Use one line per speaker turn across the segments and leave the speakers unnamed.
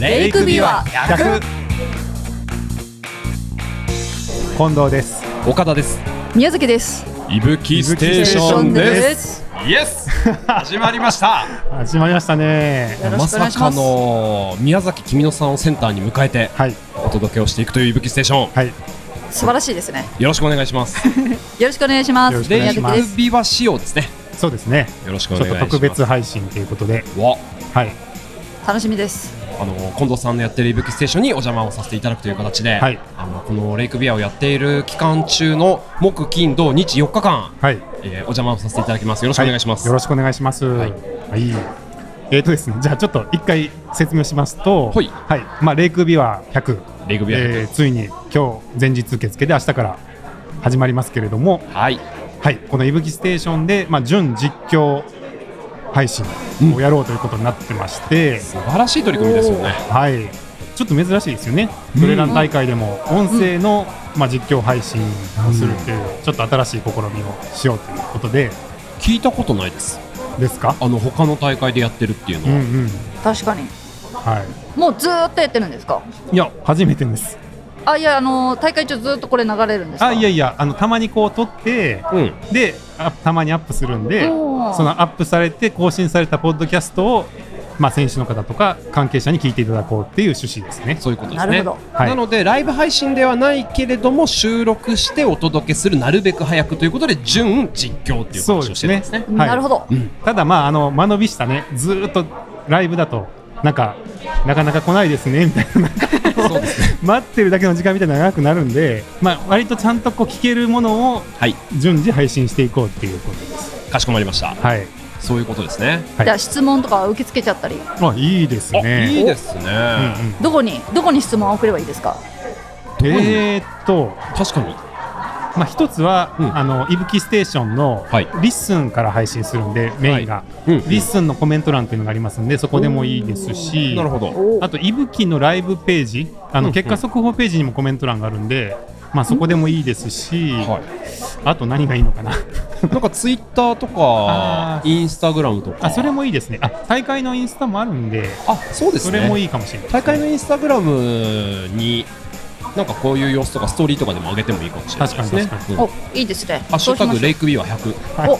レイクビュア
100近藤です
岡田です
宮崎です
いぶきステーションです
す
イエス始まりました
始まりましたね
よろ
ま
しくお願
さ
いしま
か
す
の宮崎君乃さんをセンターに迎えて
はい
お届けをしていくといういぶきステーション
はい
素晴らしいですね
よろしくお願いします
よろしくお願いしま
よ
す
ろしくお願
宮
いし
崎
ま
ですす
ビバ仕様ですね
そうですね
よろしく
ち
お
ょっ
願いし
と
ます
特別配信ということで
わ
はい
楽しみです
あの近藤さんのやってるいぶきステーションにお邪魔をさせていただくという形で、
はい
あのこのレイクビアをやっている期間中の木金土日4日間、
はいよ
えーお邪魔をさせていただきますよろしくお願いします、
よろしくお願いしますはいい、えーとですねじゃあちょっと一回説明しますと
はい
まあレイクビュア100
レイクビア、
えーついに今日前日受付で明日から始まりますけれども
はい
はい、この「いぶきステーションで」まあ、準実況配信をやろうということになってまして、
素晴らしい取り組みですよね
はい、ちょっと珍しいですよね、
うん
トレラン大会でも音声の、まあ、実況配信をするという、ちょっと新しい試みをしようということで
聞いたことないです
ですか、
あの他の大会でやってるっていう
うん
の
う
は、
ん
確かに
はい、
もうずーっとやってるんですか
いや初めてです
あいやあのー大会中ずーっとこれ流れるんですか
あいやいやあのたまにこう撮って
うん、
であたまにアップするんで
おー
そのアップされて更新されたポッドキャストを、まあ、選手の方とか関係者に聞いていただこうっていう趣旨ですね。
そういうことです
な
ね
るほど
はい
なのでライブ配信ではないけれども収録してお届けするなるべく早くということで準実況っていう
そう
話
で
をし
す
てたん
ね
ですね。
はい
なるほど
うん
ただまああの間延びしたねずーっとライブだとなんかなかなか来ないですねみたいななんか
そうですね
待ってるだけの時間みたいなのが長くなるんでまあ割とちゃんとこう聞けるものを
はい
順次配信していこうっていうことです
かしこまりました
はい
そういうことですね
はい
じゃあ質問とか受け付けちゃったり
あいいです
あ
ね
いいですね、
うんうん
どこにどこに質問を送ればいいですか
どこに
えー、っと、
確かに
まあ、一つは、
うん
あの、いぶきステーションの
はい
リッスンから配信するんで、メインが、
いうん
リッスンのコメント欄というのがありますんで、そこでもいいですし、
なるほど
お
あと、いぶきのライブページ、あ
うんう
の
ん
結果速報ページにもコメント欄があるんで、まあ、そこでもいいですし、
は
あと何がいいのかな、
いなんかツイッターとか
あー
インスタグラムとか
あそれもいいですね、あ大会のインスタもあるんで、
あそうです
そ
ね
れもいいかもしれない、
大会のインスタグラムになんかこういう様子とかストーリーとかでも上げてもいいかもしれないですね
確かに確
うん
おいいですね
ハッシ
そ
ュ
うし
タ
ま
グ
しょ
レイクビーは100
はい
おう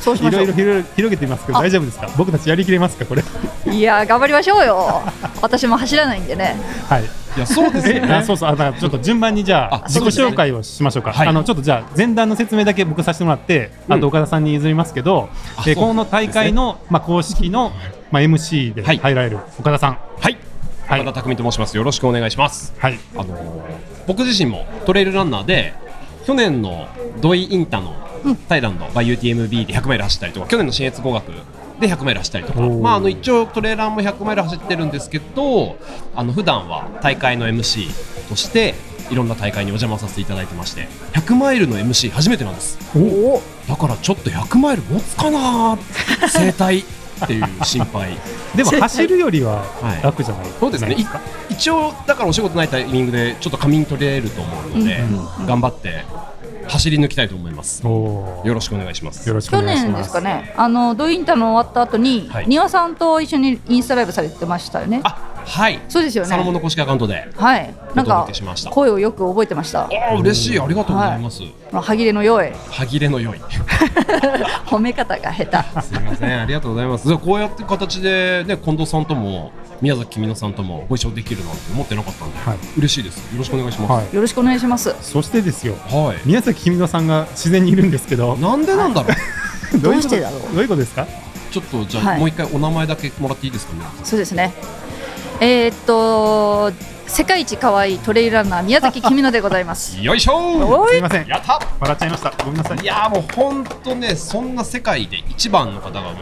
そうし
い
ましょ
ろ
う
いろ広げ広げてみますけど、
あ
大丈夫ですか、僕たちやりきれますか、これ。
いやー頑張りましょうよ私も走らないんでね
はい
いやそうです
え
よ
あ
ね
そうそうあだからちょっと順番にじゃあ
あ
そ
自己
うですね
紹介をしましょうか、
はい
あのちょっとじゃあ前段の説明だけ僕させてもらって、
うん
あと岡田さんに譲りますけど、
あ
えー
そう
この大会の、まあ、公式の、まあ、MC で
はい
入られる岡田さん、は
はい
い
岡田匠と申しますよろしくお願いします
はい
あのー僕自身もトレイルランナーで去年の土井インタのタイランド by UTMB で100マイル走ったりとか去年の新越語学で100マイル走ったりとか、
おー
まあ、あの一応トレーラーも100マイル走ってるんですけどあの普段は大会の MC としていろんな大会にお邪魔させていただいてまして100マイルの MC 初めてなんです
おお
だからちょっと100マイル持つかなー生態っていう心配
でも
はい
走るよりは
はい
楽じゃない、はい、
そうですね。い一応だからお仕事ないタイミングでちょっと仮眠取れると思うので、
うん
頑張って走り抜きたいと思います。
おー
よろしくお願いします。
よろしく
去
お願いし
年
ま
ですすかねあのドインタの終わった後に、
はい
丹羽さんと一緒にインスタライブされてましたよね
あ、はい。
そうですよね
サロモンの公式アカウントで。
はいなん
お
か
届けしました
声をよく覚えてました
あー、嬉しい。ありがとうございます。
歯切れの良い
歯切れの 良い。
褒め方が下
すみません。ありがとうございます。じゃあこうやって形でね、近藤さんとも宮崎君乃さんともご一緒できるなんて思ってなかったんで、
はい
嬉しいです。よろしくお願いしま
は
す。
い
手よろしくお願いします
そしてですよ
はい。
宮崎君乃さんが自然にいるんですけど
なんでなんだろう。
どうしてだろう
どういうことどういうことですか
ちょっとじゃあ、
はい
もう一回お名前だけもらっていいですかね。
そうですねえー、っと世界一可愛いトレイルランナー宮崎君乃でございます
よいしょ
お
す
い
いません
ー。やった。
笑っちゃいましたごめんなさい
いやーもう本当ね、そんな世界で一番の方がもう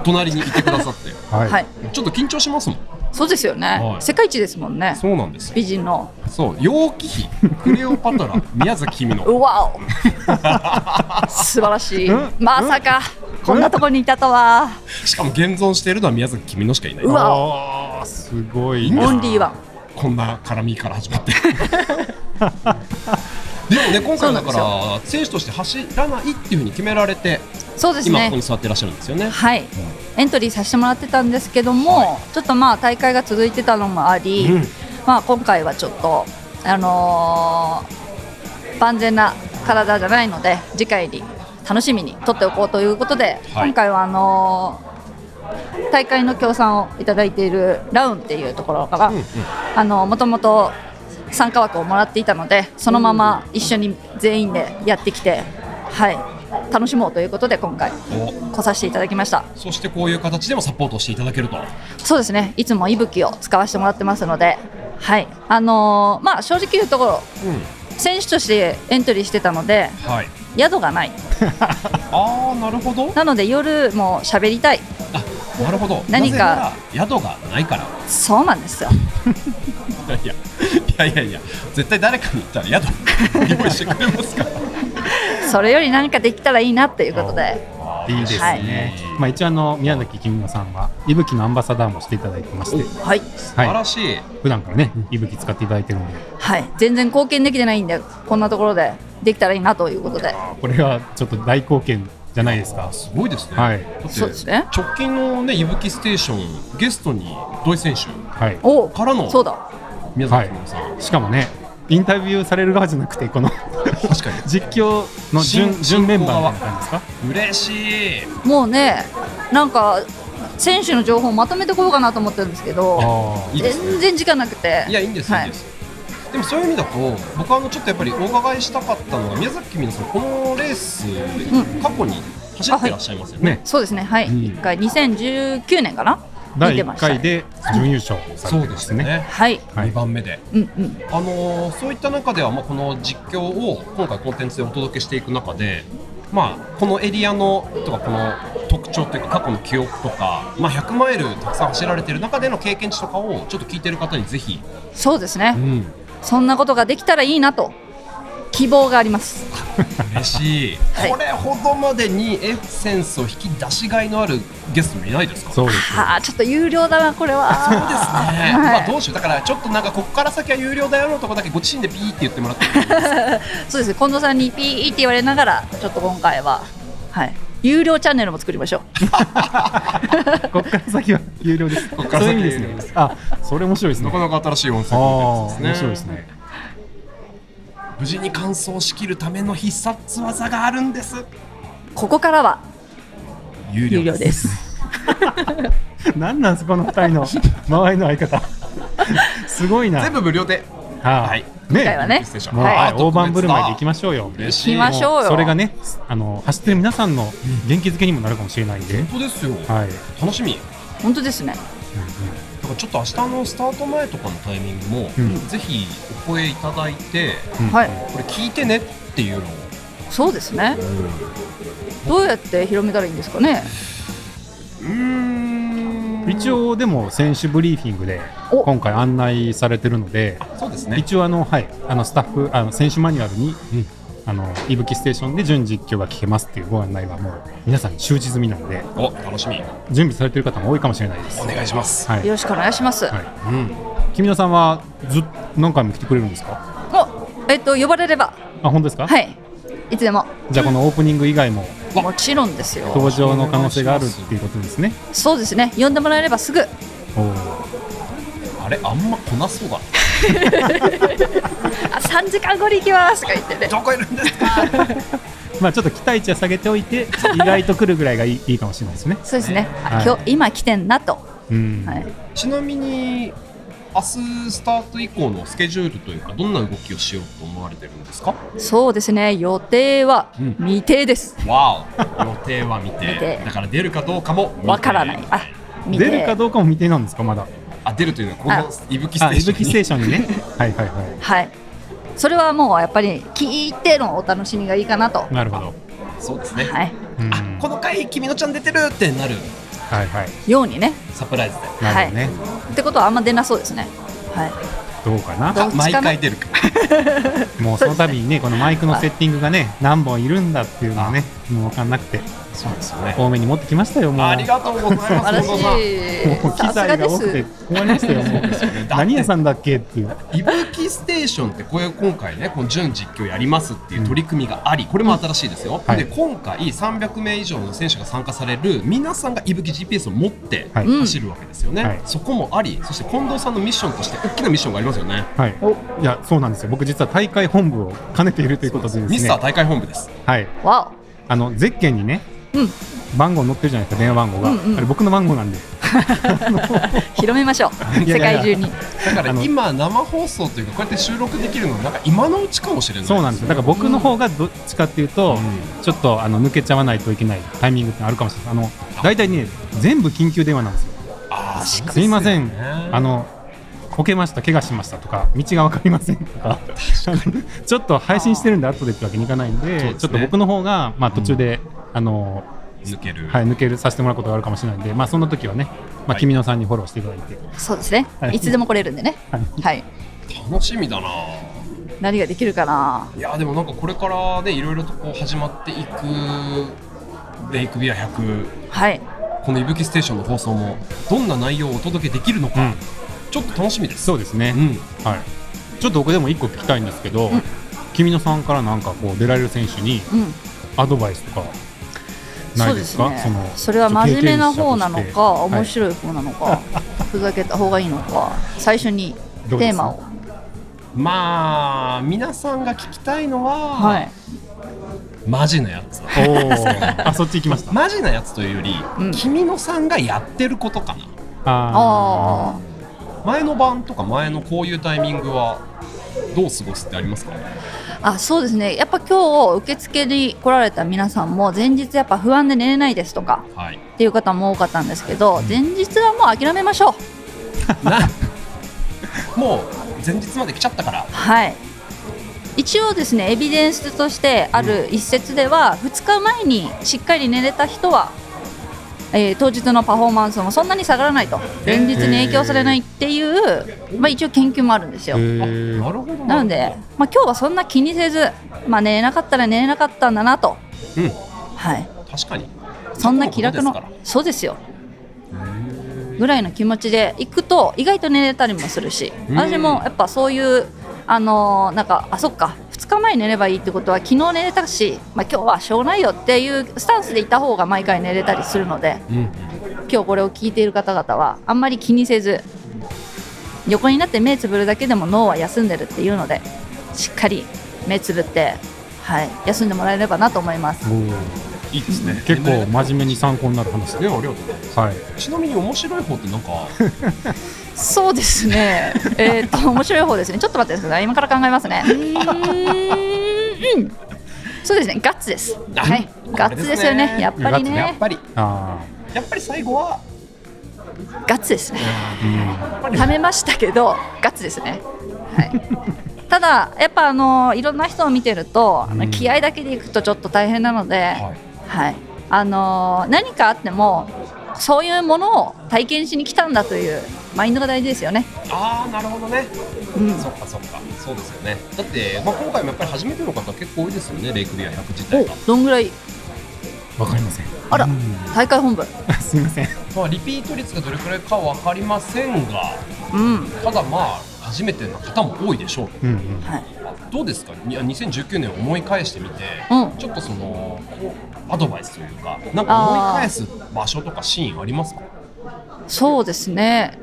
お隣にいてくださって、
は
はい
ちょっと緊張しますもん。
そうですよね、
はい
世界一ですもんね
そうなんですよ。
美人の
そう、楊貴妃、クレオパトラ、 宮崎君
う
の。
わお素晴らしい
うん
まさかこんなとこにいたとは。
しかも現存しているのは宮崎君のしかいないう
わすごいな
オンリーワン
こんな絡みから始まって。でもね今
そ
回
う
だ
なんで
か
すよ
ら選手として走らないっていうふうに決められて、
そうです
今ここ
ね
に座ってらっしゃるんですよね。
はいエントリーさせてもらってたんですけども、ちょっとまあ大会が続いてたのもあり、
うん
まあ、今回はちょっと、あのー万全な体じゃないので次回に楽しみに取っておこうということで、
はい
今回はあのー大会の協賛をいただいているラウンっていうところから、
うんうん
あのもともと参加枠をもらっていたのでそのまま一緒に全員でやってきて、はい、楽しもうということで今回
お
来させていただきました。
そしてこういう形でもサポートしていただけると。
そうですね。いつも息吹を使わせてもらってますので、はい。あのーまあ正直言うところ、
う
選手としてエントリーしてたので
ん、はい。
宿がない。
ああ、なるほど。
なので夜も喋りたい。
あ、なるほど。
何
なぜ
か
なら宿がないから。
そうなんですよ。
いやいやいやいや、絶対誰かに言ったら宿用意してくれますから。
それより何かできたらいいなということで、
いいですね、
はい
まあ、一応あの宮崎君乃さんは伊吹のアンバサダーもしていただいてまして、
はい
素晴
は
ら
い、
しい。
普段からね伊吹使っていただいてるので
はい全然貢献できてないんでこんなところでできたらいいなということで、
これはちょっと大貢献じゃないですか
すごいですね。
はい
だって
そうですね
直近のね、いぶきステーション、ゲストに土井選手、
はい
おお
からの
そうだ
宮崎君さん、
しかもねインタビューされる側じゃなくてこの
確かに。
実況の準
新
準メンバー
新興側
みたいな感じですか
嬉しい。
もうねなんか選手の情報をまとめてこようかなと思ってるんですけど
あ
いいですね
全然時間なくて
いや、いいんです、
はい
い、いんです。でもそういう意味だと、僕はあのちょっとやっぱりお伺いしたかったのが、宮崎君さん、このレース、
う
過去に走ってらっしゃいますよ
あね
ね。
そうですね、はい、
うん
一回2019年かな、
第
出てま
1
したね
回で準優勝されてますね
ね。
はい、
はい
2番目で。
うんうん、
あのーそういった中では、まあ、この実況を今回コンテンツでお届けしていく中で、まあ、このエリアのとかこの特徴というか過去の記憶とか、まあ、100マイルたくさん走られてる中での経験値とかをちょっと聞いてる方にぜひ、
そうですね、
ん、
そんなことができたらいいなと、希望があります。
嬉しい、
はい
これほどまでにエッセンスを引き出しがいのあるゲストもいないですか
そうです
はあ、ちょっと有料だな、これ
そうですね、
は。
まあどうしようだからちょっとなんかここから先は有料だよのとこだけご自身でピーって言ってもらっていいですか
そうですね、近藤さんにピーって言われながら、ちょっと今回は、はい、有料チャンネルも作りましょう。
ここから先は有料です
こっから
そう
先
いう意味
有料
で
です
ねあそれ面白いですね
なかなか新しい音声
ああ
コンテンツ
面白いですね
無事に完走しきるための必殺技があるんです
ここからは
有
有料です。
なんなんすこの二人 の間合いの相方すごいな
全部無料で
は
はいい
ね
回はね
ステーション
もう、
はい
あ
特別だ
大盤振る舞いでいきましょうよ
嬉し
行き
い
ましょうよ
もそれがねあの走ってる皆さんの元気づけにもなるかもしれないんで、
本当ですよ、
はい、
楽しみだ
本当ですね。
からちょっと明日のスタート前とかのタイミングも、
うん
ぜひお声いただいて
うん
はい、
これ聞いてねっていうのを、
そうですね。どうやって広めたらいいんですかね。
うん
一応でも選手ブリーフィングで
お
今回案内されてるので
そうですね
一応あの、はい、あのスタッフあの選手マニュアルに、あのいぶきステーションで準実況が聞けますっていうご案内はもう皆さんに周知済みなので
お楽しみ
準備されてる方も多いかもしれないです
お願いします、
はい
よろしくお願いします。
は
うん
い、君野さんはずっ何回も来てくれるんですか
お、えっと、呼ばれれば、
あ本当ですか、
はい、いつでも、
じゃあこのオープニング以外も
わ
もちろんですよ。
登場の可能性があるっていうことですね
そうですね。呼んでもらえればすぐ。
おー
あれあんま来なそうだ
あ、三時間後に行きますとか言ってね。
どこいるんですか
まあちょっと期待値は下げておい て意外と来るぐらいがいいいいかもしれないですね
そうですね。あ
はい
今日今来てんなと。
うん、
はい。
ちなみに明日スタート以降のスケジュールというかどんな動きをしようと思われてるんですか
そうですね。予定は
うん
未定です。
わお予定は未定
未定
だから出るかどうかも
わ、からない。あ、未定。
出るかどうかも未定なんですかまだ
あ出るというのはこ
あ
のいぶきス
あ
テ
い
ーシ
ぶ
ョン
き
に
ステーションにね はいはいは
はい。それはもうやっぱり聞いてのお楽しみがいいかなと。
いなるほど
そうですね、
はい。
うん
あこの回君のちゃん出てるってなる
はいはい
ようにね。
サプライズで
なるほどね、
ってことはあんま出なそうですね。はい。
どうかな
ど
あ
っちかな
毎回出るか
もうその度にねこのマイクのセッティングがね何本いるんだっていうのはねもう分かんなくて
そうですよね。
多めに持ってきましたよもう
ありがとうございます。
素晴らし
近藤さん
もう
い。
機
さすが
材
で
が多くて
す。
困りましたよもう
そうですよねだって
何屋さんだっけっていう
いぶきステーションってこういう今回ねこの準実況やりますっていう取り組みがありこれも新しいですよ、
はい
で今回300名以上の選手が参加される皆さんがいぶき GPS を持って
はい
走るわけですよね、
はい
そこもありそして近藤さんのミッションとして大きなミッションがありますよね
はいいやそうなんですよ僕実は大会本部を兼ねているということでで
ミ
す
ス
ね
ター大会本部です
はい
わ
あのゼッケンにね
お。うん。
番号載ってるじゃないですか電話番号が、
うんうん
あれ僕の番号なんで
広めましょう。
い
世
やいやい
界
や
中に。
だか
あ
ら
の
今生放送というかこうやって収録できるのなんか今のうちかもしれない
そうなんですよだから僕の方がどっちかっていうと、
う
ちょっとあの抜けちゃわないといけないタイミングってあるかもしれないあの大体ね全部緊急電話なんですよ
あーそうです
いません、あ
あの
のこけました、怪我しましたとか、道が分かりませんとか、 ちょっと配信してるんで、後でってわけにいかないん
そ
で、
うですね
ちょっと僕の方がまあ途中で、あの
抜ける、
はい、抜けるさせてもらうことがあるかもしれないんで、まあ、そんな時はね、ま
は
あ、
い
君のさんにフォローしていただいて、
そうですね
は。い
いつでも来れるんでね。
はい
はい。
楽しみだな
何ができるかな。
いやでもなんかこれからねいろいろとこう始まっていくレイクビア100
はい。
この「いぶきステーション」の放送もどんな内容をお届けできるのか、
うん
ちょっと楽しみです。
そうですね、
ん、
はい、ちょっと僕でも一個聞きたいんですけど、君のさんからなんかこう出られる選手に
うん。
アドバイスとかないですか、
そうですね
の
それは真面目な方なの
経験者として
か
はい
面白い方なのか、ふざけた方がいいのか最初に
どうで
テー
す
マを、
まあ皆さんが聞きたいのは、
はい、
マジなやつ
おーあそっち行き ました。
マジなやつというより、
うん
君のさんがやってることかな
あ
あ
前の晩とか前のこういうタイミングはどう過ごすってありますか
ーあそうですねやっぱ今日受付に来られた皆さんも前日やっぱ不安で寝れないですとか
はい
っていう方も多かったんですけど、
ん
前日はもう諦めましょう
なもう前日まで来ちゃったから
はい一応ですねエビデンスとしてある一節では、2日前にしっかり寝れた人は、えー当日のパフォーマンスもそんなに下がらないと
え
前
ー
日に影響されないっていう、まあ、一応研究もあるんですよ
ー
あ
へ。ー
なるほど
なので、まあ、今日はそんな気にせず、まあ、寝れなかったら寝れなかったんだなと、
うん
はい、
確かに
そんな気楽
そ
の
ういうことで
そうですよぐらいの気持ちで行くと意外と寝れたりもするし
うん
私もやっぱそういうあのーなんかあそっか2日前に寝ればいいってことは昨日寝れたし、まあ、今日はしょうがないよっていうスタンスでいた方が毎回寝れたりするので
うんうん
今日これを聞いている方々はあんまり気にせず横になって目つぶるだけでも脳は休んでるっていうのでしっかり目つぶって、はい、休んでもらえればなと思います。
ー
いいですね
結構真面目に参考になる話
い
で
やありがとうございます
す。はい
ちなみに面白い方ってなんか
そうですね。えーっと面白い方ですね。ちょっと待ってください。今から考えますね。うーんうん。そうですね。ガッツです。
あ
はい。ガ
あ
ッ
れ
ツですよね。やっぱり
やっ
ね。
ぱり
あ
やっぱり最後は
ガッツですね。
ーうん
やっぱり
ためましたけどガッツですね。はい。ただやっぱあのいろんな人を見てると、あの
うん
気合だけでいくとちょっと大変なので、はい、
はい
あの何かあってもそういうものを体験しに来たんだというマインドが大事ですよね。
ああなるほどね
うん。
そっかそっかそうですよねだって、まあ、今回もやっぱり初めての方結構多いですよねレイクビア100自体が、
どんぐらい
わかりません。
あら
うん
大会本部。
すみません。
まあ、リピート率がどれくらいか分かりませんが
うん。
ただまあ初めての方も多いでしょう
うんうん。
はい。
どうですかに2019年を思い返してみて、
うん
ちょっとそのこうアドバイスというかなんか思い返す場所とかシーンありますか
そうですね。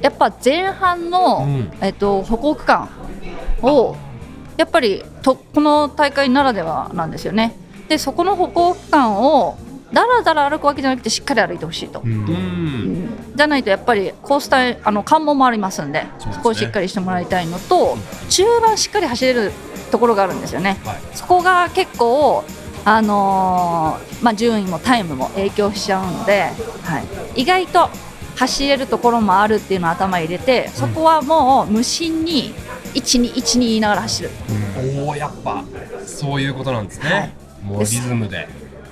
やっぱ前半の、
うん
えっと歩行区間をやっぱりとこの大会ならではなんですよね。でそこの歩行区間をだらだら歩くわけじゃなくてしっかり歩いてほしいと。
うん
ん
じゃないとやっぱりコースタイあの関門もありますんで
そうですね
そこをしっかりしてもらいたいのと中盤しっかり走れるところがあるんですよね。
はい
そこが結構、あのーまあ、順位もタイムも影響しちゃうので、はい、意外と走れるところもあるっていうのを頭入れてそこはもう無心に1212言いながら走る
おおやっぱそういうことなんですね、
はい
もうリズムで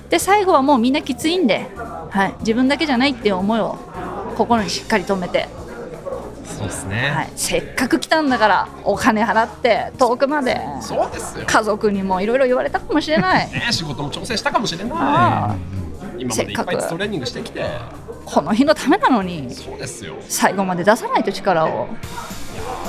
で最後はもうみんなきついんで、はい、自分だけじゃないっていう思いを心にしっかり留めてです。
そうですね、
はい、せっかく来たんだからお金払って遠くまで
そうですよ、
家族にもいろいろ言われたかもしれ ない
ね、仕事も調整したかもしれな
あ
い今までいっぱ
せ
い
っかく
トレーニングしてきて
この日のためなのに
そうですよ
最後まで出さないと力を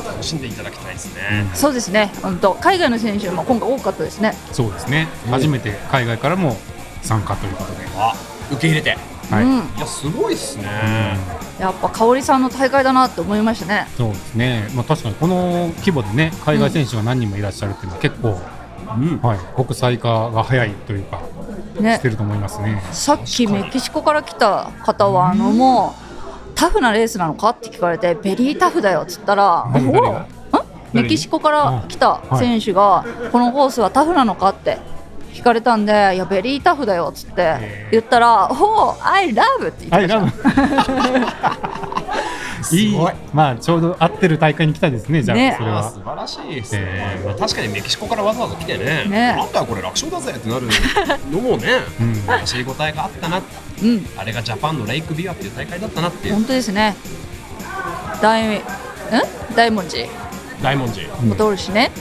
楽しんでいただきたいですね、
そうですね本当海外の選手も今回多かったですね
そうですね、
うん
初めて海外からも参加ということで、
あ受け入れて
はい
うん、
いやすごいですね、
やっぱ香織さんの大会だなって思いましたね
そうですね、まあ、確かにこの規模でね海外選手が何人もいらっしゃるっていうのは結構、
うん
はい、国際化が早いというか、
ね
してると思いますね。
さっきメキシコから来た方はあのもうタフなレースなのかって聞かれてベリータフだよっつったらお
誰誰が
んメキシコから来た選手がこのコースはタフなのかって聞かれたんでいやベリータフだよっつって言ったら「おお I love」って言って
はい、
まし
ラ
た
ブ。いい
すごい、
まあ、ちょうど合ってる大会に来たですね、じゃあ、
ね
それ
あー
は
素。晴らしいですね、
えー
まあ、確かにメキシコからわざわざ来てね
ね
なんだよこれ楽勝だぜってなるのもね
うん
走り応えがあったな
うん
あれがジャパンのレイクビアっていう大会だったなっていう
本当ですね大ん大文字
大文字
も通るしね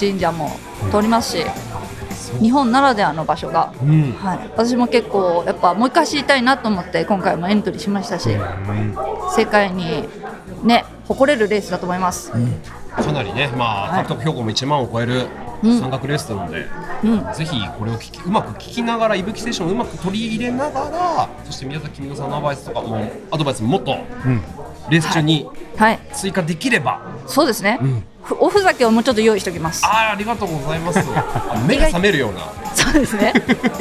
神社も通りますし
そう
日本ならではの場所が
うん
はい、私も結構やっぱもう一回知りたいなと思って今回もエントリーしましたし
うん
世界にね誇れるレースだと思います、
かなりね、ま
は
あ、
い
獲得標高も1万を超える
うん
山岳レースなので、
うん、
ぜひこれを聞きうまく聞きながら、いぶきステーションをうまく取り入れながら、そして宮崎君のさんのアドバイスとかも、アドバイスももっと
うん
レース中に
はい
追加できれば、
そうですね、
ん
ふおふざけをもうちょっと用意しておきます
ああ、ありがとうござい ます、あ目が覚めるような、
そうですね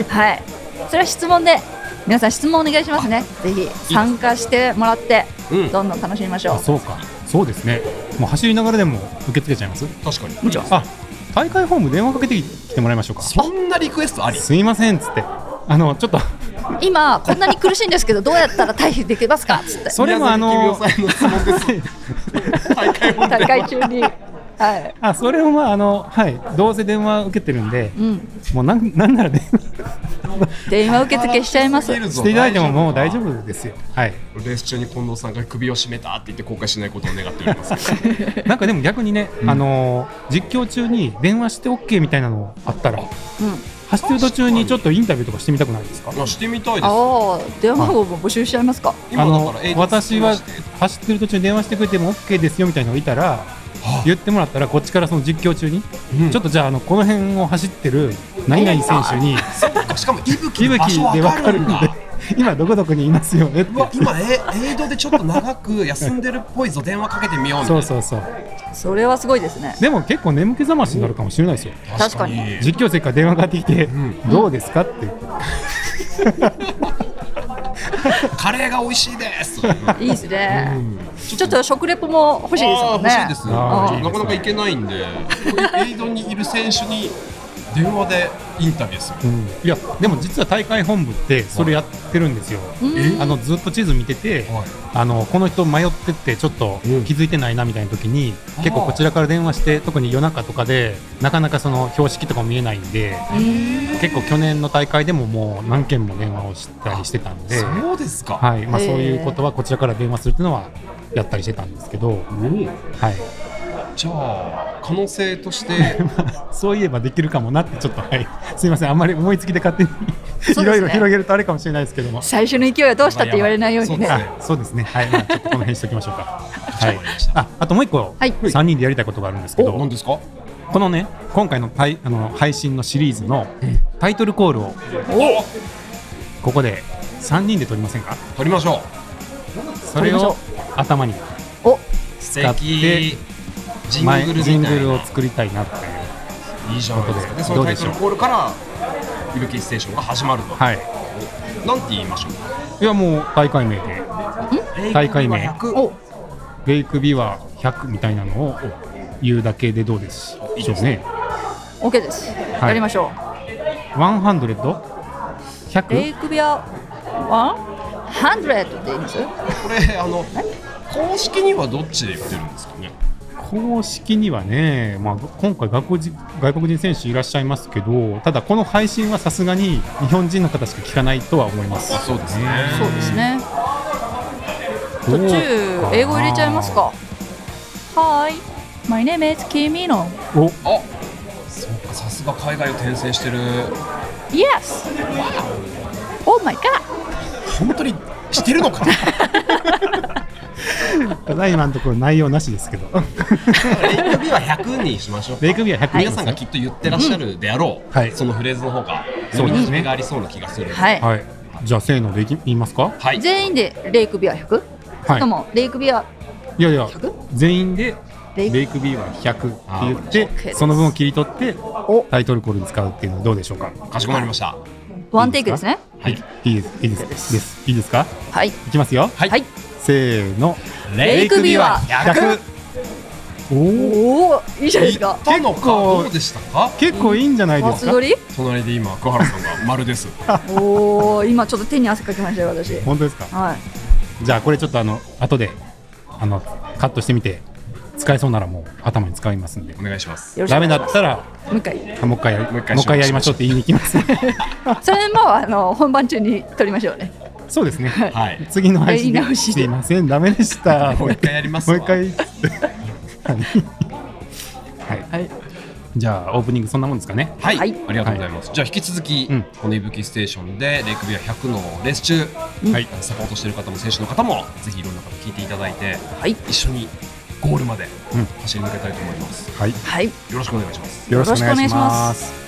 はいそれは質問で皆さん質問お願いしますねぜひ参加してもらって
うん
どんどん楽しみましょ
あ
う、
そうか、そうですね、もう走りながらでも受け付けちゃいます。
確かに、
あ大会ホーム電話かけてきてもらいましょうか。
そんなリクエストあり、
すいませんっつって、あのちょっと
今こんなに苦しいんですけどどうやったら退避できますかつって
それもあ
宮
の
崎君のさんの質問です 大会本
大
で
会中にはい
あそれもまああのはいどうせ電話受けてるんで、
うん
もうなんなんなら電話
電話受付しちゃいます
していただいてももう大
夫
丈夫ですよ。はい。
レース中に近藤さんが首を絞めたって言って後悔しないことを願っております けど
なんかでも逆にね、
ん
あのー実況中に電話して OK みたいなのあったら
うん
走ってる途中にちょっとインタビューとかしてみたくないですか
まあしてみたいです
ああ、電話番号も募集しちゃいますか。
あ
今だ
の
から英語
私は
通話して
走ってる途中に電話してくれても OK ですよみたいなのがいたら言ってもらったらこっちからその実況中に、
うん
ちょっとじゃああのこの辺を走ってる何々選手に
そっかしかも息吹
息
の場
吹
所分
で分
か
か
る
る
ん
んで
だ
今どこどこにいますよねって
うわ今え映像でちょっと長く休んでるっぽいぞ電話かけてみようみたい
そう
な
そうそう
それはすごいですね。
でも結構眠気覚ましになるかもしれないですよ
確かに
実況席から電話がかかってきて、
ん
どうですかって
カレーが美味しいですちょっ
いいですね。
と
ちょっと食レポも欲しいですもんね。
あー欲しいです
あー
なかなか行けないんで映像にいる選手に電話でインタビューする
うんいやでも実は大会本部ってそれやってるんですよ、
うん
あのずっと地図見てて、
はい
あのこの人迷っててちょっと
うん
気づいてないなみたいな時に、
あー
結構こちらから電話して特に夜中とかでなかなかその標識とかも見えないんで、結構去年の大会でももう何件も電話をしたりしてたんで、
そうですか、
はいまあ、
へー
そういうことはこちらから電話するっていうのはやったりしてたんですけど、
うん
はい、
じゃあ可能性として
そういえばできるかもなってちょっと、はい、 すいませんあんまり思いつきで勝手に いろいろ広げるとあれかもしれないですけども。
最初の勢いはどうしたって言われないように
まあやば
ね。
あそうですね、はい、まあ、ちょっとこの辺にしておきましょうか。は
わ
い
かりまし、た
あ、あともう一個、
はい
三人でやりたいことがあるんですけ
お何
ど、
ですか
このね、今回のタイあの配信のシリーズのタイトルコールを
お
ここで三人で撮りませんか？
撮りましょ
それを頭に
お、
う
使って
ジン
前
グルみた
ジ
い
ン
な
グルを作りたいなっていう。
いいじゃないですか
ということで
でそのタイトル
どうでしょう
コールから「いぶきステーション」が始まると、
はい。
なんて言いましょうか
いやもう大会名で大会名
英語は100
お、
フェイクビワ100みたいなのを言うだけでどうですしょ
いいです
うね。
オッケーです。やりましょ
ワンハンドレッド
う。レイ
100
クビアはハンドレッドって言います？
これあの公式にはどっちで言ってるんですかね
公式にはね、まあ、今回外国人外国人選手いらっしゃいますけどただこの配信はさすがに日本人の方しか聞かないとは思います
あそうですね
そうですね。
ど
途
う
中英語入れちゃいますか。 Hi, my name is Kimino.
お
あそっかさすが海外を転戦してる
Yes. Oh my god.
本当にしてるのか
ただ今のところ内容なしですけ ど
レイクビは100にしましょうか
レイクビューは100
皆さんがきっと言ってらっしゃるであろう、
はい
そのフレーズの方が
そ
そうう
ですね
に響きがありそうな気がする
はい。
はいじゃあせーのでいき言いますか
はい
全員でレイクビア 100?
は
でもレイクビア
いやいや
100?
全員で
レイ
レイクビューは100って言っ
あー OK で
て
す
その分を切り取って
お
タイトルコールに使うっていうのはどうでしょうか
かしこまりました
ワンテイクですね。
はい
いいですいいですですいいですか
はい。
いきますよ
はい
はい。
せーの
レイクビューは
100
100おお
おお、いいじゃないです
行
か
っ。たのか
結構
どうでしたか
結構いいんじゃないで
松
すか
鳥？
隣で今桑原さんが丸 です
おお、今ちょっと手に汗かきましたよ私。
本当ですか
はい。
じゃあこれちょっとあの後であのカットしてみて使えそうならもう頭に使いますんで
お願いします
よろしく
ダメだったら
もう一回。
あもう一回やり
も
もう
う
一
一
回
回
やりましょうって言いに行 きますね
それもあの本番中に撮りましょうね。
そうですね、
はい
次の配信
やり直し
す
で
いませんダメでした
もう一回やります
もう
わ
一回はい、
はい。
じゃあオープニングそんなもんですかね
はい、
はい
ありがとうございます、じゃあ引き続き、
うん
このいぶきステーションでレイクビューは100のレース中
はい
サポートしてる方も選手の方もぜひいろんな方聞いていただいて
はい。
一緒にゴールまで
うん
走り抜けたいと思います、
はい
はい。
よろしくお願いします
よろし
よろ
くお
しくお
願
願
い
い
し
し
ま
ます